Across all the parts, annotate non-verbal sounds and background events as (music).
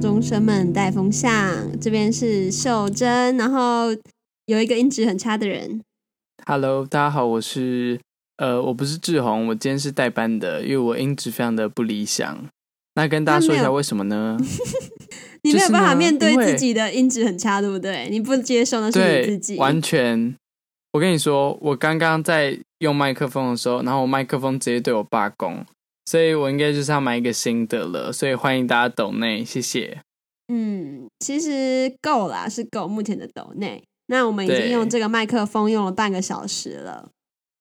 中生们带风向，这边是秀珍，然后有一个音质很差的人， Hello，大家好，我是呃，我不是志宏，我今天是代班的，因为我音质非常的不理想。那跟大家说那没一下有为什么呢？你没有办法面对因为自己的音质很差，对不对？你不接受那是你对自己，。完全。我跟你说，我刚刚在用麦克风的时候，然后我麦克风直接对我罢工，所以我应该就是要买一个新的了。所以欢迎大家抖内，谢谢。嗯，其实够啦，是够目前的抖内。那我们已经对用这个麦克风用了半个小时了，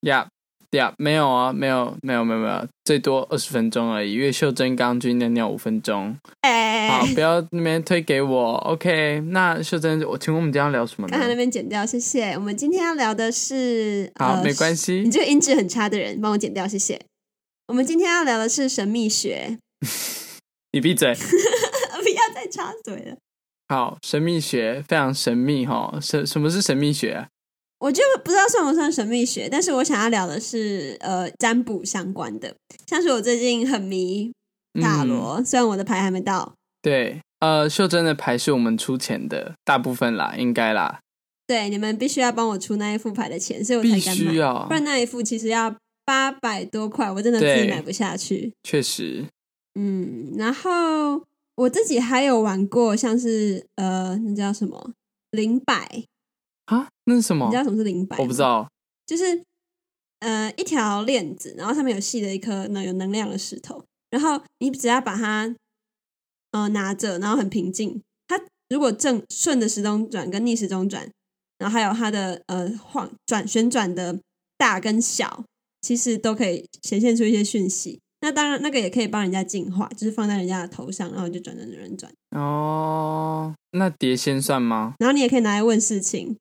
呀呀，没有啊，没有，没有，没有，没有，最多二十分钟而已。因为秀珍刚刚去尿尿五分钟，哎、好，不要那边推给我。OK，那秀珍，我请问我们今天要聊什么呢刚？才啊那边剪掉，谢谢。我们今天要聊的是，好，呃没关系你。这个音质很差的人，帮我剪掉，谢谢。我们今天要聊的是神秘学， (laughs) 你闭嘴。不要再插嘴了。好，神秘学非常神秘哈。什什么是神秘学啊、我就不知道算不算神秘学，但是我想要聊的是呃占卜相关的，像是我最近很迷嗯塔罗，虽然我的牌还没到，对，呃，秀珍的牌是我们出钱的，大部分啦，应该啦，对你们必须要帮我出那一副牌的钱，所以我才必敢须啊买，要不，然那一副其实要八百多块，我真的自己对买不下去。确实，嗯，然后我自己还有玩过，像是呃那叫什么灵摆，啊，那是什你么知？道什么是灵摆？我不知，道，就是呃一条链子，然后上面有细的一颗能有能量的石头，然后你只要把它呃拿着，然后很平静，它如果正顺着时钟转跟逆时钟转，然后还有它的呃晃转旋转的大跟小，其实都可以显现出一些讯息。那当然，那个也可以帮人家净化，就是放在人家的头上，然后就转转转转转，哦，那碟仙算吗？然后你也可以拿来问事情。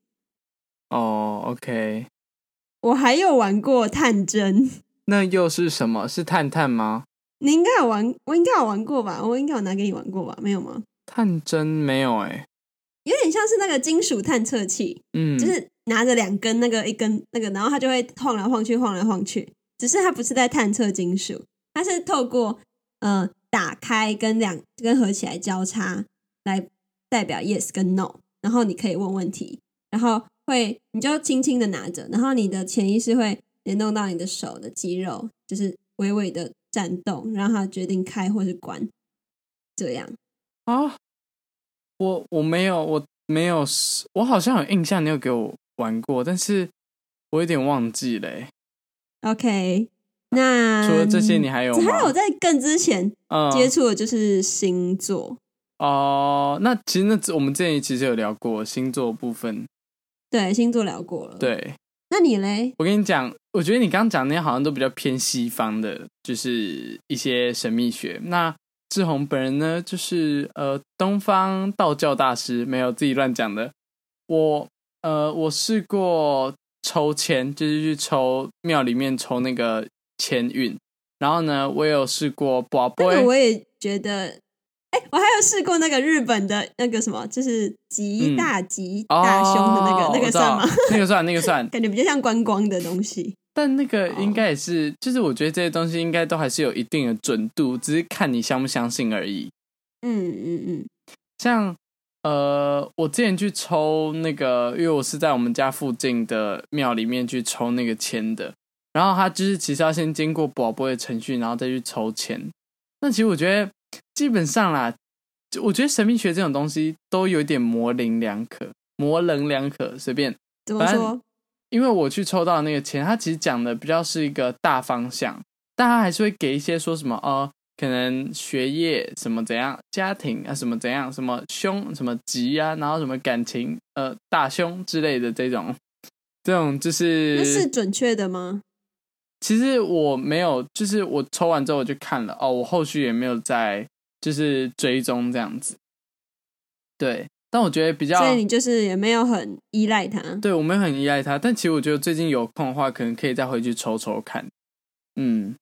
哦，OK，我还有玩过探针。那又是什么？是探探吗？你应该有玩，我应该有玩过吧？我应该有拿给你玩过吧？没有吗？探针没有哎、有点像是那个金属探测器，嗯，就是拿着两根那个一根那个，然后它就会晃来晃去，晃来晃去。只是它不是在探测金属，它是透过呃打开跟两跟合起来交叉来代表 yes 跟 no，然后你可以问问题，然后会你就轻轻的拿着，然后你的潜意识会联动到你的手的肌肉，就是微微的颤动，让它决定开或是关，这样。啊，我我没有，我没有，我好像有印象，你有给我玩过，但是我有点忘记嘞、 OK，那除了这些，你还有吗？嗯 (laughs) 还有在更之前嗯接触的就是星座，哦、那其实那只我们之前其实有聊过星座部分。对星座聊过了。，对那你嘞？我跟你讲，我觉得你刚刚讲的那些好像都比较偏西方的，就是一些神秘学。那志宏本人呢，就是呃东方道教大师，没有自己乱讲的。我呃我试过抽签，就是去抽庙里面抽那个签运。然后呢，我也有试过卜那卜。个 (laughs) 我也觉得，哎、我还有试过那个日本的那个什么，就是极嗯大极大胸的那个，哦那个我知算道吗？那个算，那个算。 (laughs) 感觉比较像观光的东西。但那个哦应该也是，就是我觉得这些东西应该都还是有一定的准度，只是看你相不相信而已。嗯嗯嗯，像呃，我之前去抽那个，因为我是在我们家附近的庙里面去抽那个签的，然后他就是其实要先经过宝贝的程序，然后再去抽签。那其实我觉得基本上啦，就我觉得神秘学这种东西都有点模棱两可，模棱两可，随便。怎么反正说？因为我去抽到的那个钱，它其实讲的比较是一个大方向，但它还是会给一些说什么呃，可能学业什么怎样，家庭啊什么怎样，什么凶什么吉啊，然后什么感情呃大凶之类的这种，这种就是那是准确的吗？其实我没有，就是我抽完之后我就看了哦，我后续也没有再就是追踪这样子，对，但我觉得比较所以你就是也没有很依赖它。对，我们很依赖它，但其实我觉得最近有空的话，可能可以再回去抽抽看。嗯，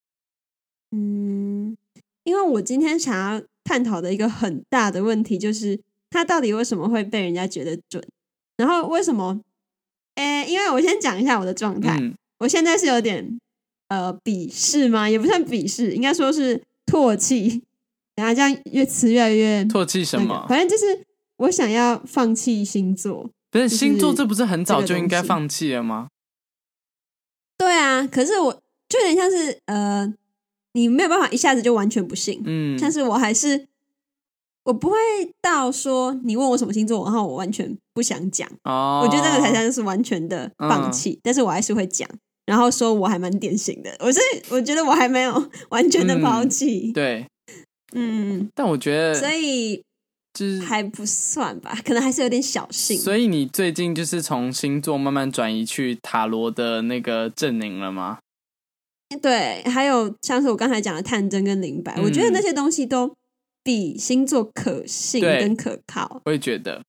嗯，因为我今天想要探讨的一个很大的问题就是，它到底为什么会被人家觉得准？然后为什么？诶，因为我先讲一下我的状态，嗯，我现在是有点呃鄙视吗？也不算鄙视，应该说是唾弃然后这样越词越来越、唾弃什那么个，？反正就是我想要放弃星座。不是就是星座，这不是很早这个就应该东西放弃了吗？对啊，可是我就有点像是呃，你没有办法一下子就完全不信，嗯，但是我还是我不会到说你问我什么星座，然后我完全不想讲。哦，嗯我觉得这个才算是完全的放弃，但是我还是会讲，然后说我还蛮典型的，我是我觉得我还没有 (laughs) 完全的抛弃，嗯对。嗯，但我觉所得以就是，还不算吧，可能还是有点小幸。所以你最近就是从星座慢慢转移去塔罗的那个阵营了吗？对，还有像是我刚才讲的探针跟灵摆，嗯我觉得那些东西都比星座可信对跟可靠。我也觉得，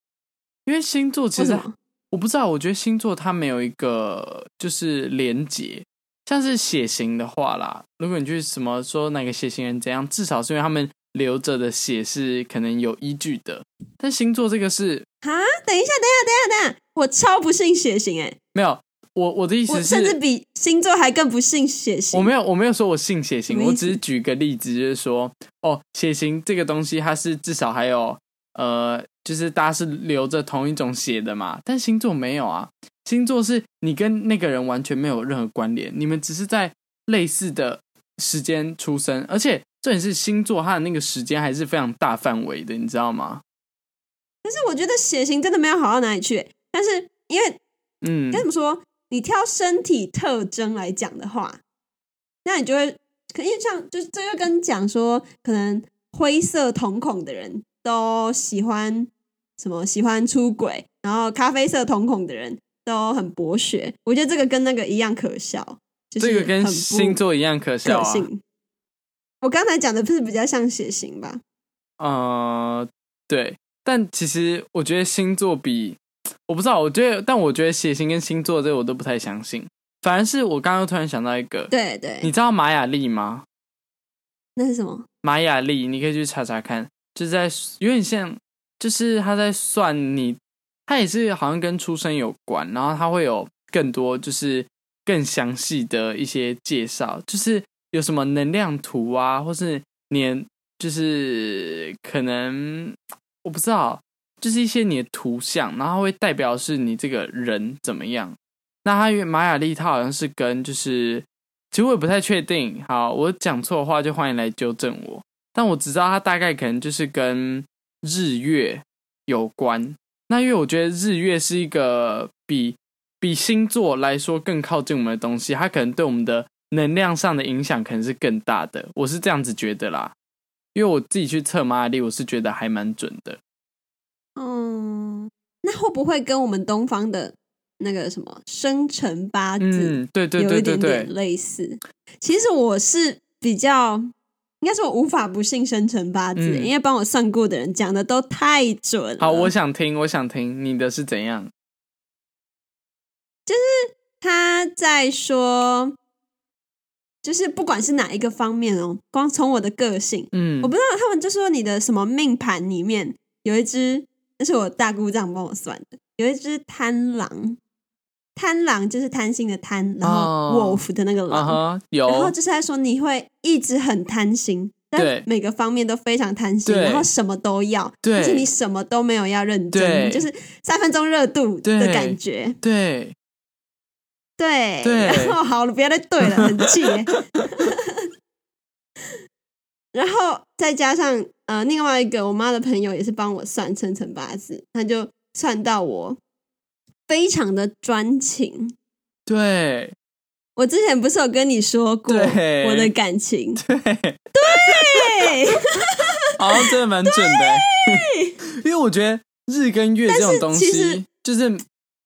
因为星座其为实什么？我不知道，我觉得星座它没有一个就是连结，像是血型的话啦，如果你去什么说哪个血型人怎样，至少是因为他们流着的血是可能有依据的。但星座这个是啊，等一下，等一下，等一下，等一下，我超不信血型哎、没有，我我的意我思甚至是，比星座还更不信血型。我没有我没有说我信血型，什么意思我只是举个例子，就是说哦，血型这个东西它是至少还有呃，就是大家是流着同一种血的嘛，但星座没有啊。星座是你跟那个人完全没有任何关联，你们只是在类似的时间出生，而且重点是星座它的那个时间还是非常大范围的，你知道吗？但是我觉得血型真的没有好到哪里去、欸但是因为嗯该，怎么说，你挑身体特征来讲的话，那你就会，可因为像就是这就跟讲说，可能灰色瞳孔的人都喜欢什么喜欢出轨，然后咖啡色瞳孔的人都很博学。我觉得这个跟那个一样可笑，就是这个跟很不星座一样可笑可啊。信。我刚才讲的不是比较像血型吧？呃，对，但其实我觉得星座比我不知道，我觉得，但我觉得血型跟星座这个我都不太相信。反而是我刚刚突然想到一个，对你对，知道玛雅历吗？那是什么？玛雅历你可以去查查看，就是在有点像，就是他在算你，他也是好像跟出生有关，然后他会有更多就是更详细的一些介绍，就是有什么能量图啊，或是你的就是可能我不知道，就是一些你的图像，然后它会代表是你这个人怎么样。那他因为玛雅历，它好像是跟就是，其实我也不太确定。好，我讲错的话就欢迎来纠正我。但我只知道它大概可能就是跟日月有关。那因为我觉得日月是一个比比星座来说更靠近我们的东西，它可能对我们的能量上的影响可能是更大的。我是这样子觉得啦，因为我自己去测玛雅历，我是觉得还蛮准的。嗯，那会不会跟我们东方的那个什么生辰八字嗯，对对有一对对点点对，类似？其实我是比较，应该是我无法不信生辰八字，嗯因为帮我算过的人讲的都太准了。好，我想听，我想听你的是怎样？他在说，就是不管是哪一个方面哦，光从我的个性，嗯我不知道他们就说你的什么命盘里面有一只，那是我大姑丈帮我算的，有一只贪狼，贪狼就是贪心的贪，然后哦 wolf 的那个啊狼，哈，然后有，就是在说你会一直很贪心，对在每个方面都非常贪心，对然后什么都要，对但是你什么都没有要认对真，就是三分钟热度的对感觉，对，对，对然后 (laughs) 好了，不要再对了，很气耶。然后再加上呃，另外一个我妈的朋友也是帮我算生辰八字，她就算到我非常的专情。对，我之前不是有跟你说过对我的感 (laughs) 情，对，对， (laughs) (laughs) 好像真的蛮准的。因为我觉得日跟月这种东但是其西实，就是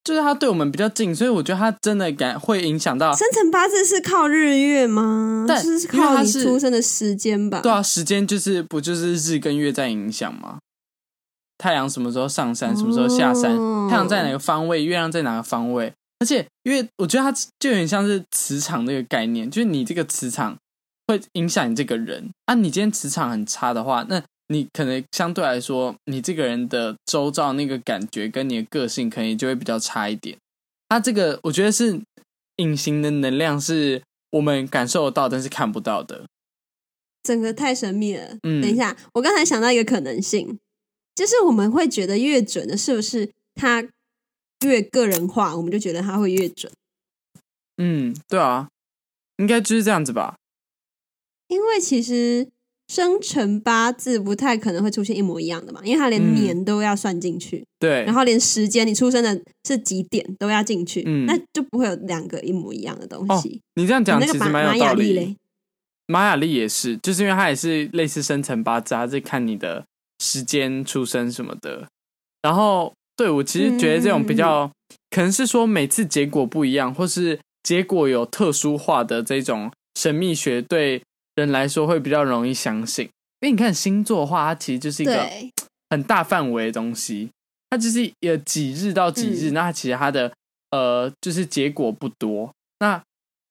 就是它对我们比较近，所以我觉得它真的感会影响到，生辰八字是靠日月吗？但就是因为靠它你是出生的时间吧。对啊，时间就是不就是日跟月在影响吗？太阳什么时候上山，什么时候下山，哦太阳在哪个方位，月亮在哪个方位。而且，因为我觉得它就有点像是磁场这个概念，就是你这个磁场会影响你这个人。啊，你今天磁场很差的话，那你可能相对来说，你这个人的周遭那个感觉跟你的个性，可能也就会比较差一点。它这个我觉得是隐形的能量，是我们感受得到但是看不到的。整个太神秘了。嗯等一下，我刚才想到一个可能性，就是我们会觉得越准的，是不是它越个人化，我们就觉得它会越准？嗯，对啊，应该就是这样子吧。因为其实生辰八字不太可能会出现一模一样的嘛，因为它连嗯年都要算进去，对，然后连时间你出生的是几点都要进去，嗯那就不会有两个一模一样的东哦西。你这样讲那其个实玛蛮玛有道雅理历的。嘞，玛雅历也是，就是因为它也是类似生辰八字，它是看你的时间出生什么的。然后，对我其实觉得这种嗯比较，可能是说每次结果不一样，或是结果有特殊化的这种神秘学，对人来说会比较容易相信。因为你看星座的话，它其实就是一个对，很大范围的东西，它就是有几日到几日，嗯那它其实它的呃就是结果不多，那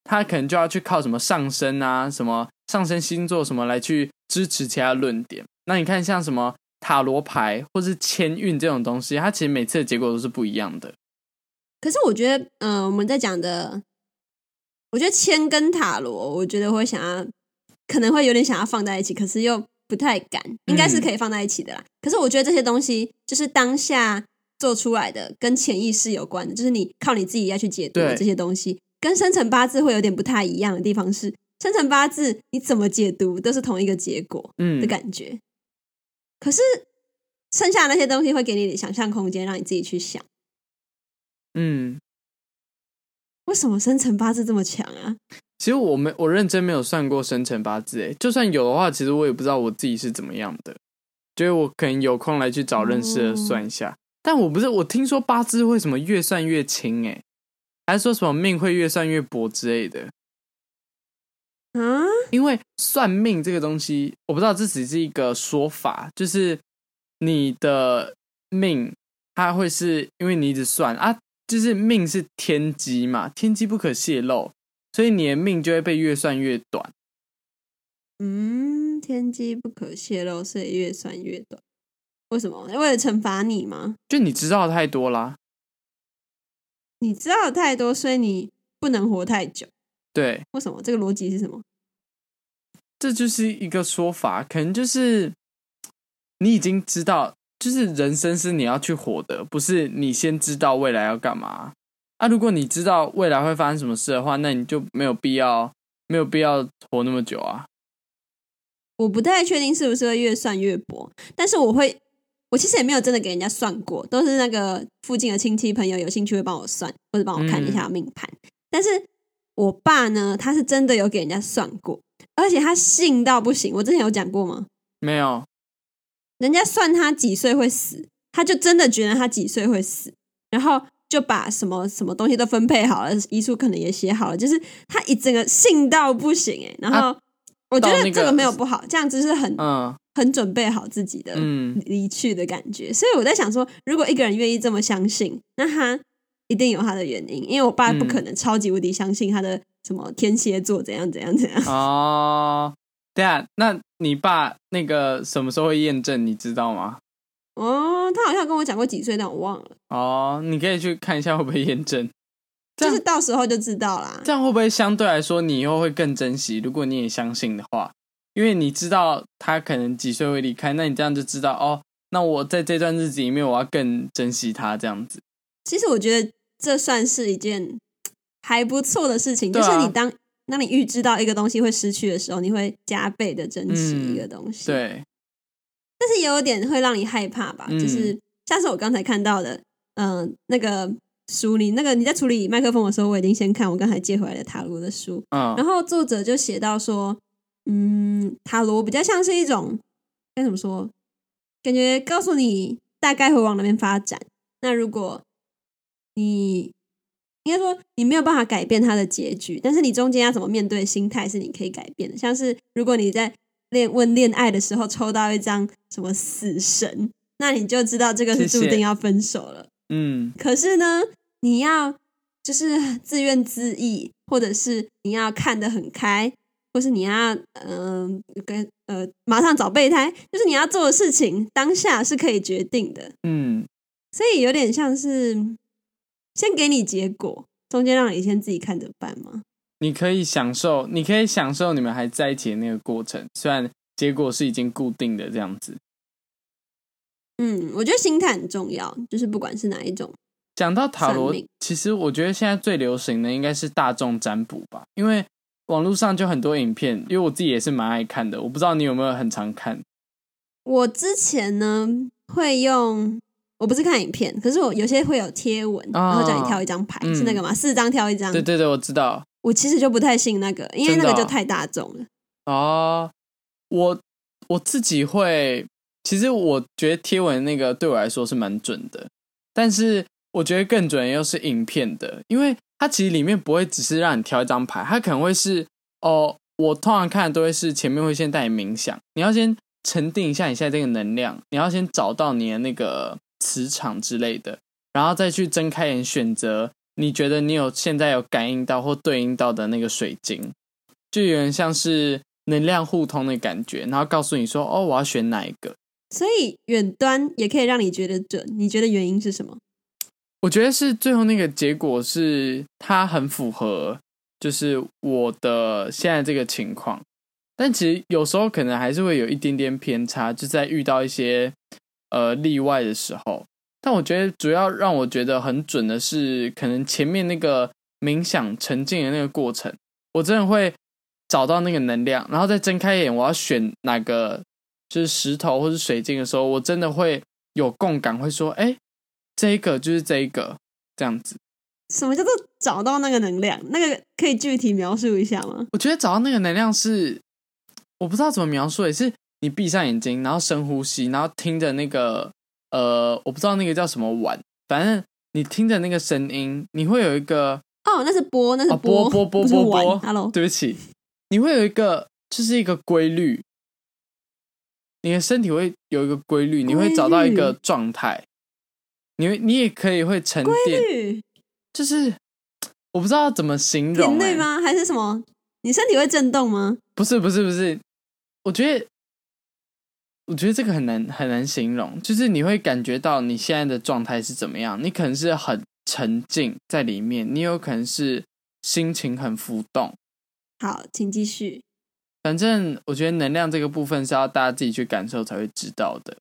它可能就要去靠什么上升啊，什么上升星座什么来去支持其他论点。那你看像什么塔罗牌或是签运这种东西，它其实每次的结果都是不一样的。可是我觉得，嗯、我们在讲的，我觉得签跟塔罗，我觉得会想要，可能会有点想要放在一起，可是又不太敢，应该是嗯可以放在一起的啦。可是我觉得这些东西就是当下做出来的，跟潜意识有关的，就是你靠你自己要去解读对这些东西，跟生辰八字会有点不太一样的地方是，生辰八字你怎么解读都是同一个结果，的嗯，感觉。可是剩下那些东西会给你点想象空间，让你自己去想。嗯，为什么生辰八字这么强啊？其实我没我认真没有算过生辰八字，欸诶，就算有的话，其实我也不知道我自己是怎么样的，所以我可能有空来去找认识的哦算一下。但我不是，我听说八字为什么越算越轻，诶，还是说什么命会越算越薄之类的？啊，因为算命这个东西，我不知道这只是一个说法，就是你的命，它会是因为你一直算啊，就是命是天机嘛，天机不可泄露，所以你的命就会被越算越短。嗯，天机不可泄露，所以越算越短。为什么？为了惩罚你吗？就你知道的太多啦。你知道的太多，所以你不能活太久。对，为什么？这个逻辑是什么？这就是一个说法，可能就是你已经知道，就是人生是你要去活的，不是你先知道未来要干嘛。啊，如果你知道未来会发生什么事的话，那你就没有必要，没有必要活那么久啊。我不太确定是不是会越算越薄，但是我会，我其实也没有真的给人家算过，都是那个附近的亲戚朋友有兴趣会帮我算，或者帮我看一下命盘。但是我爸呢，他是真的有给人家算过，而且他信到不行。我之前有讲过吗？没有，人家算他几岁会死，他就真的觉得他几岁会死，然后就把什么什么东西都分配好了，遗书可能也写好了，就是他一整个信到不行哎、然后、我觉啊到得那个这个没有不好，这样子是很、嗯很准备好自己的 (laughs) 嗯，离去的感觉。所以我在想说，如果一个人愿意这么相信，那他一定有他的原因，因为我爸嗯不可能超级无敌相信他的什么天蝎座怎样怎样怎样。 (laughs) 哦，对啊，那你爸那个什么时候会验证，你知道吗？哦，他好像跟我讲过几岁，但我忘了，哦，你可以去看一下会不会验证。这就样是到时候就知道啦。这样会不会相对来说你以后会更珍惜？如果你也相信的话，因为你知道他可能几岁会离开，那你这样就知道哦。那我在这段日子里面，我要更珍惜他这样子。其实我觉得这算是一件还不错的事情，对就啊是你当当你预知到一个东西会失去的时候，你会加倍的珍惜一个东西。，嗯对，但是也有点会让你害怕吧，嗯就是像是我刚才看到的，嗯、那个书里那个你在处理麦克风的时候，我已经先看我刚才借回来的塔罗的书，嗯然后作者就写到说，嗯，塔罗比较像是一种该怎么说？感觉告诉你大概会往哪边发展。那如果你应该说你没有办法改变它的结局，但是你中间要怎么面对心态是你可以改变的。像是如果你在恋问恋爱的时候抽到一张什么死神，那你就知道这个是谢注谢定要分手了。嗯可是呢，你要就是 (laughs) 自怨自艾，或者是你要看得很开，或是你要嗯、跟呃马上找备胎，就是你要做的事情当下是可以决定的，嗯，所以有点像是先给你结果，中间让你先自己看着办嘛。你可以享受，你可以享受你们还在一起的那个过程，虽然结果是已经固定的这样子。嗯，我觉得心态很重要，就是不管是哪一种，讲到塔罗算命，其实我觉得现在最流行的应该是大众占卜吧，因为网络上就很多影片，因为我自己也是蛮爱看的，我不知道你有没有很常看。我之前呢会用，我不是看影片，可是我有些会有贴文，啊然后叫你挑一张牌，嗯是那个嘛，四张挑一张对。对对，我知道我其实就不太信那个，因为那真个的哦就太大众了。哦。我我自己会，其实我觉得贴文那个对我来说是蛮准的，但是我觉得更准的又是影片的，因为它其实里面不会只是让你挑一张牌，它可能会是哦，我通常看的都会是前面会先带你冥想，你要先沉淀一下你现在这个能量，你要先找到你的那个磁场之类的，然后再去睁开眼选择你觉得你有现在有感应到或对应到的那个水晶，就有点像是能量互通的感觉，然后告诉你说哦，我要选哪一个。所以远端也可以让你觉得准，你觉得原因是什么？我觉得是最后那个结果是它很符合，就是我的现在这个情况。但其实有时候可能还是会有一点点偏差，就在遇到一些呃例外的时候。但我觉得主要让我觉得很准的是，可能前面那个冥想沉浸的那个过程，我真的会找到那个能量，然后再睁开眼，我要选哪个就是石头或是水晶的时候，我真的会有共感，会说，哎、这一个就是这一个这样子。什么叫做找到那个能量？那个可以具体描述一下吗？我觉得找到那个能量是，我不知道怎么描述，也是你闭上眼睛，然后深呼吸，然后听着那个呃，我不知道那个叫什么碗，反正你听着那个声音，你会有一个哦，那是波，那是哦波波波不是波碗波 Hello，对不起，你会有一个就是一个规律，你的身体会有一个规律，你会找到一个规律状态，你会你也可以会沉淀，律就是我不知道怎么形容、嗯频率欸吗？还是什么？你身体会震动吗？不是不是不是，我觉得，我觉得这个很难很难形容，就是你会感觉到你现在的状态是怎么样，你可能是很沉静在里面，你有可能是心情很浮动，好，请继续。反正我觉得能量这个部分是要大家自己去感受才会知道的。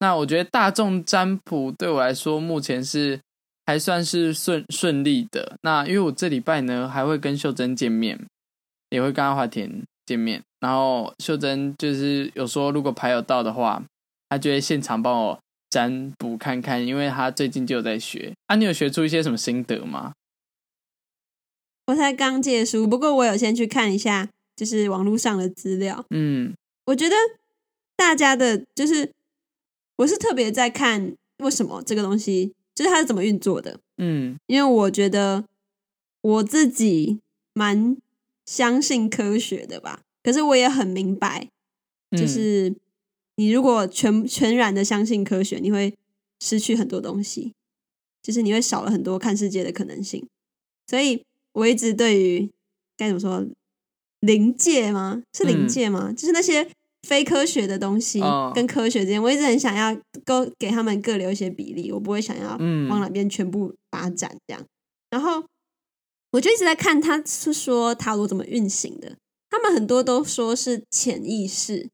那我觉得大众占卜对我来说目前是还算是顺顺利的。那因为我这礼拜呢还会跟秀珍见面，也会跟阿华田见面。然后秀珍就是有说，如果牌有到的话，她就会现场帮我占卜看看，因为她最近就有在学。啊，你有学出一些什么心得吗？我才刚借书，不过我有先去看一下，就是网络上的资料。嗯我觉得大家的，就是我是特别在看为什么这个东西，就是它是怎么运作的。嗯因为我觉得我自己蛮相信科学的吧，可是我也很明白，嗯，就是你如果全全然的相信科学，你会失去很多东西，就是你会少了很多看世界的可能性。所以我一直对于该怎么说灵界吗？是灵嗯界吗？就是那些非科学的东西哦跟科学之间，我一直很想要够给他们各留一些比例，我不会想要嗯往哪边全部发展这样。然后我就一直在看他是说塔罗怎么运行的，他们很多都说是潜意识，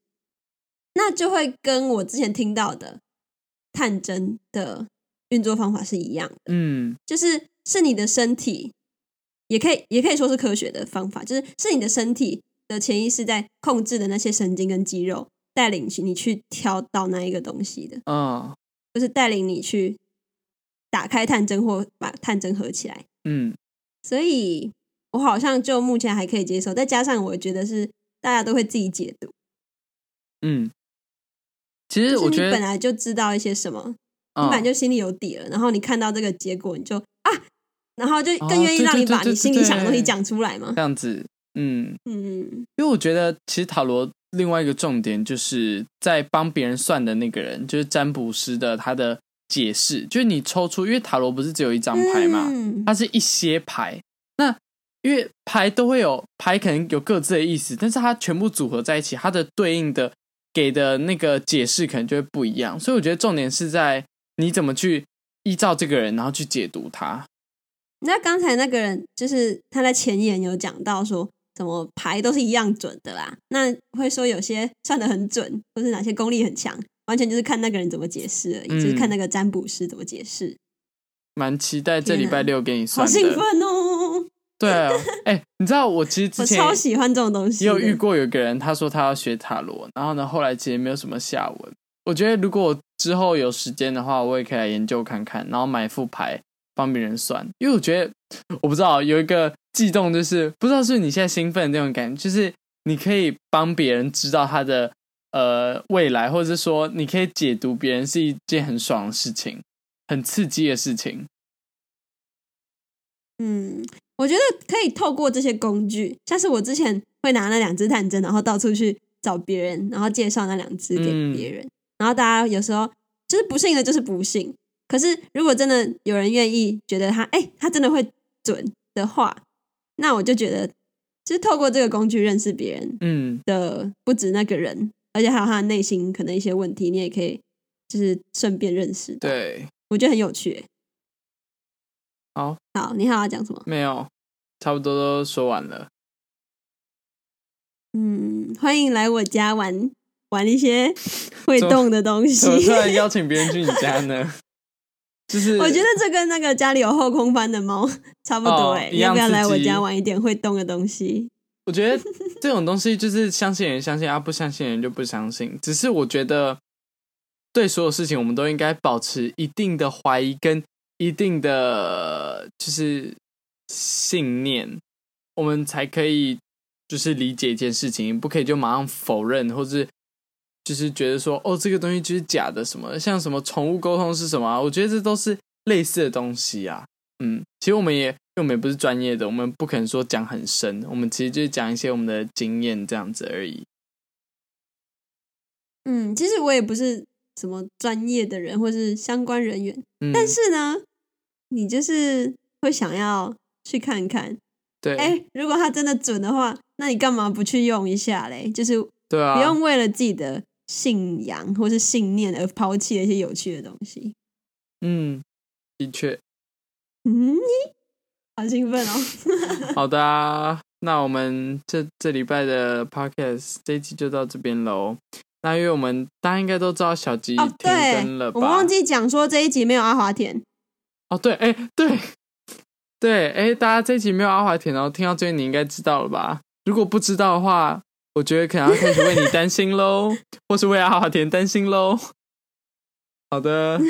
那就会跟我之前听到的探针的运作方法是一样的。嗯就是是你的身体，也可以也可以说是科学的方法，就是是你的身体的潜意识在控制的那些神经跟肌肉，带领你去挑到那一个东西的，嗯就是带领你去打开探针或把探针合起来。嗯所以我好像就目前还可以接受，再加上我觉得是大家都会自己解读，嗯。其实就我是觉你得本来就知道一些什么，嗯你本来就心里有底了，然后你看到这个结果，你就啊，然后就哦更愿意对让对你对把你对对心里想的东西对讲出来嘛。这样子，嗯，嗯，因为我觉得其实塔罗另外一个重点就是在帮别人算的那个人，就是占卜师的他的解释，就是你抽出，因为塔罗不是只有一张牌嘛，嗯它是一些牌。那因为牌都会有牌，可能有各自的意思，但是它全部组合在一起，它的对应的给的那个解释可能就会不一样。所以我觉得重点是在你怎么去依照这个人，然后去解读他。那刚才那个人就是他在前言有讲到说，什么牌都是一样准的啦。那会说有些算的很准，或是哪些功力很强，完全就是看那个人怎么解释而已，嗯就是看那个占卜师怎么解释。蛮期待这礼拜六给你好算的。兴奋哦！对啊，哎、你知道我其实之我前超喜欢这种东西也的。有遇过有个人，他说他要学塔罗，然后呢，后来其实没有什么下文。我觉得如果我之后有时间的话，我也可以来研究看看，然后买副牌帮别人算，因为我觉得我不知道有一个悸动，就是不知道是不是你现在兴奋的那种感觉，就是你可以帮别人知道他的呃未来，或者是说你可以解读别人是一件很爽的事情，很刺激的事情。嗯，我觉得可以透过这些工具，像是我之前会拿那两支探针，然后到处去找别人，然后介绍那两支嗯给别人，然后大家有时候就是不信的，就是不信。可是如果真的有人愿意觉得他，哎、他真的会准的话，那我就觉得，就是透过这个工具认识别人嗯，的不止那个人，而且还有他的内心可能一些问题，你也可以就是顺便认识到。对，我觉得很有趣欸。好好，你还要讲什么？没有，差不多都说 (laughs) 完了。嗯，欢迎来我家玩玩一 (laughs) 些会动的东西怎。么 (laughs) 突然邀请别人去你家呢？就是我觉得这跟那个家里有后空翻的猫 (laughs) 差不多哦哎、一要样不要刺来我激家玩一点会动的东西？我觉得这种东西就是相信人相信啊，不相信人就不相信。只是我觉得对所有事情，我们都应该保持一定的怀疑跟一定的就是信念，我们才可以就是理解一件事情，不可以就马上否认，或是就是觉得说哦这个东西就是假的什么，像什么宠物沟通是什么、啊，我觉得这都是类似的东西啊。嗯，其实我们也，因为我们也不是专业的，我们不可能说讲很深，我们其实就是讲一些我们的经验这样子而已。嗯，其实我也不是什么专业的人或是相关人员，嗯，但是呢，你就是会想要去看看。对，哎、如果它真的准的话，那你干嘛不去用一下嘞？就是对啊，不用为了自己的信仰或是信念而抛弃了一些有趣的东西。嗯，的确，嗯，好兴 (laughs) 奋哦！好的啊，那我们这这礼拜的 podcast 这一期就到这边喽。那因为我们大家应该都知道小吉哦停，对更了，吧？我忘记讲说这一集没有阿华田，哦，对，哎，对，对，哎，大家这一集没有阿华田哦，听到这里你应该知道了吧？如果不知道的话，我觉得可能要开始为你担心喽，或是为阿华田担心喽。好的，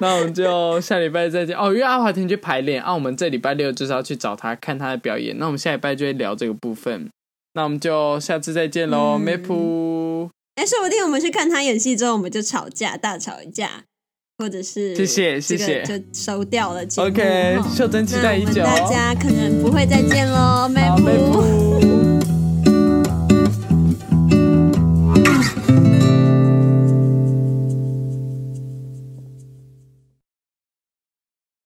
那我们就下礼拜再见哦。因为阿华田去排练啊，我们这礼拜六就是要去找他看他的表演。那我们下礼拜就会聊这个部分。那我们就下次再见喽，嗯梅普、哎，说不定我们去看他演戏之后，我们就吵架，大吵一架，或者是谢谢这个谢谢就收掉了节目 OK，哈秀珍期那待我已们久。哦大家可能不会再见喽，妹好，梅夫。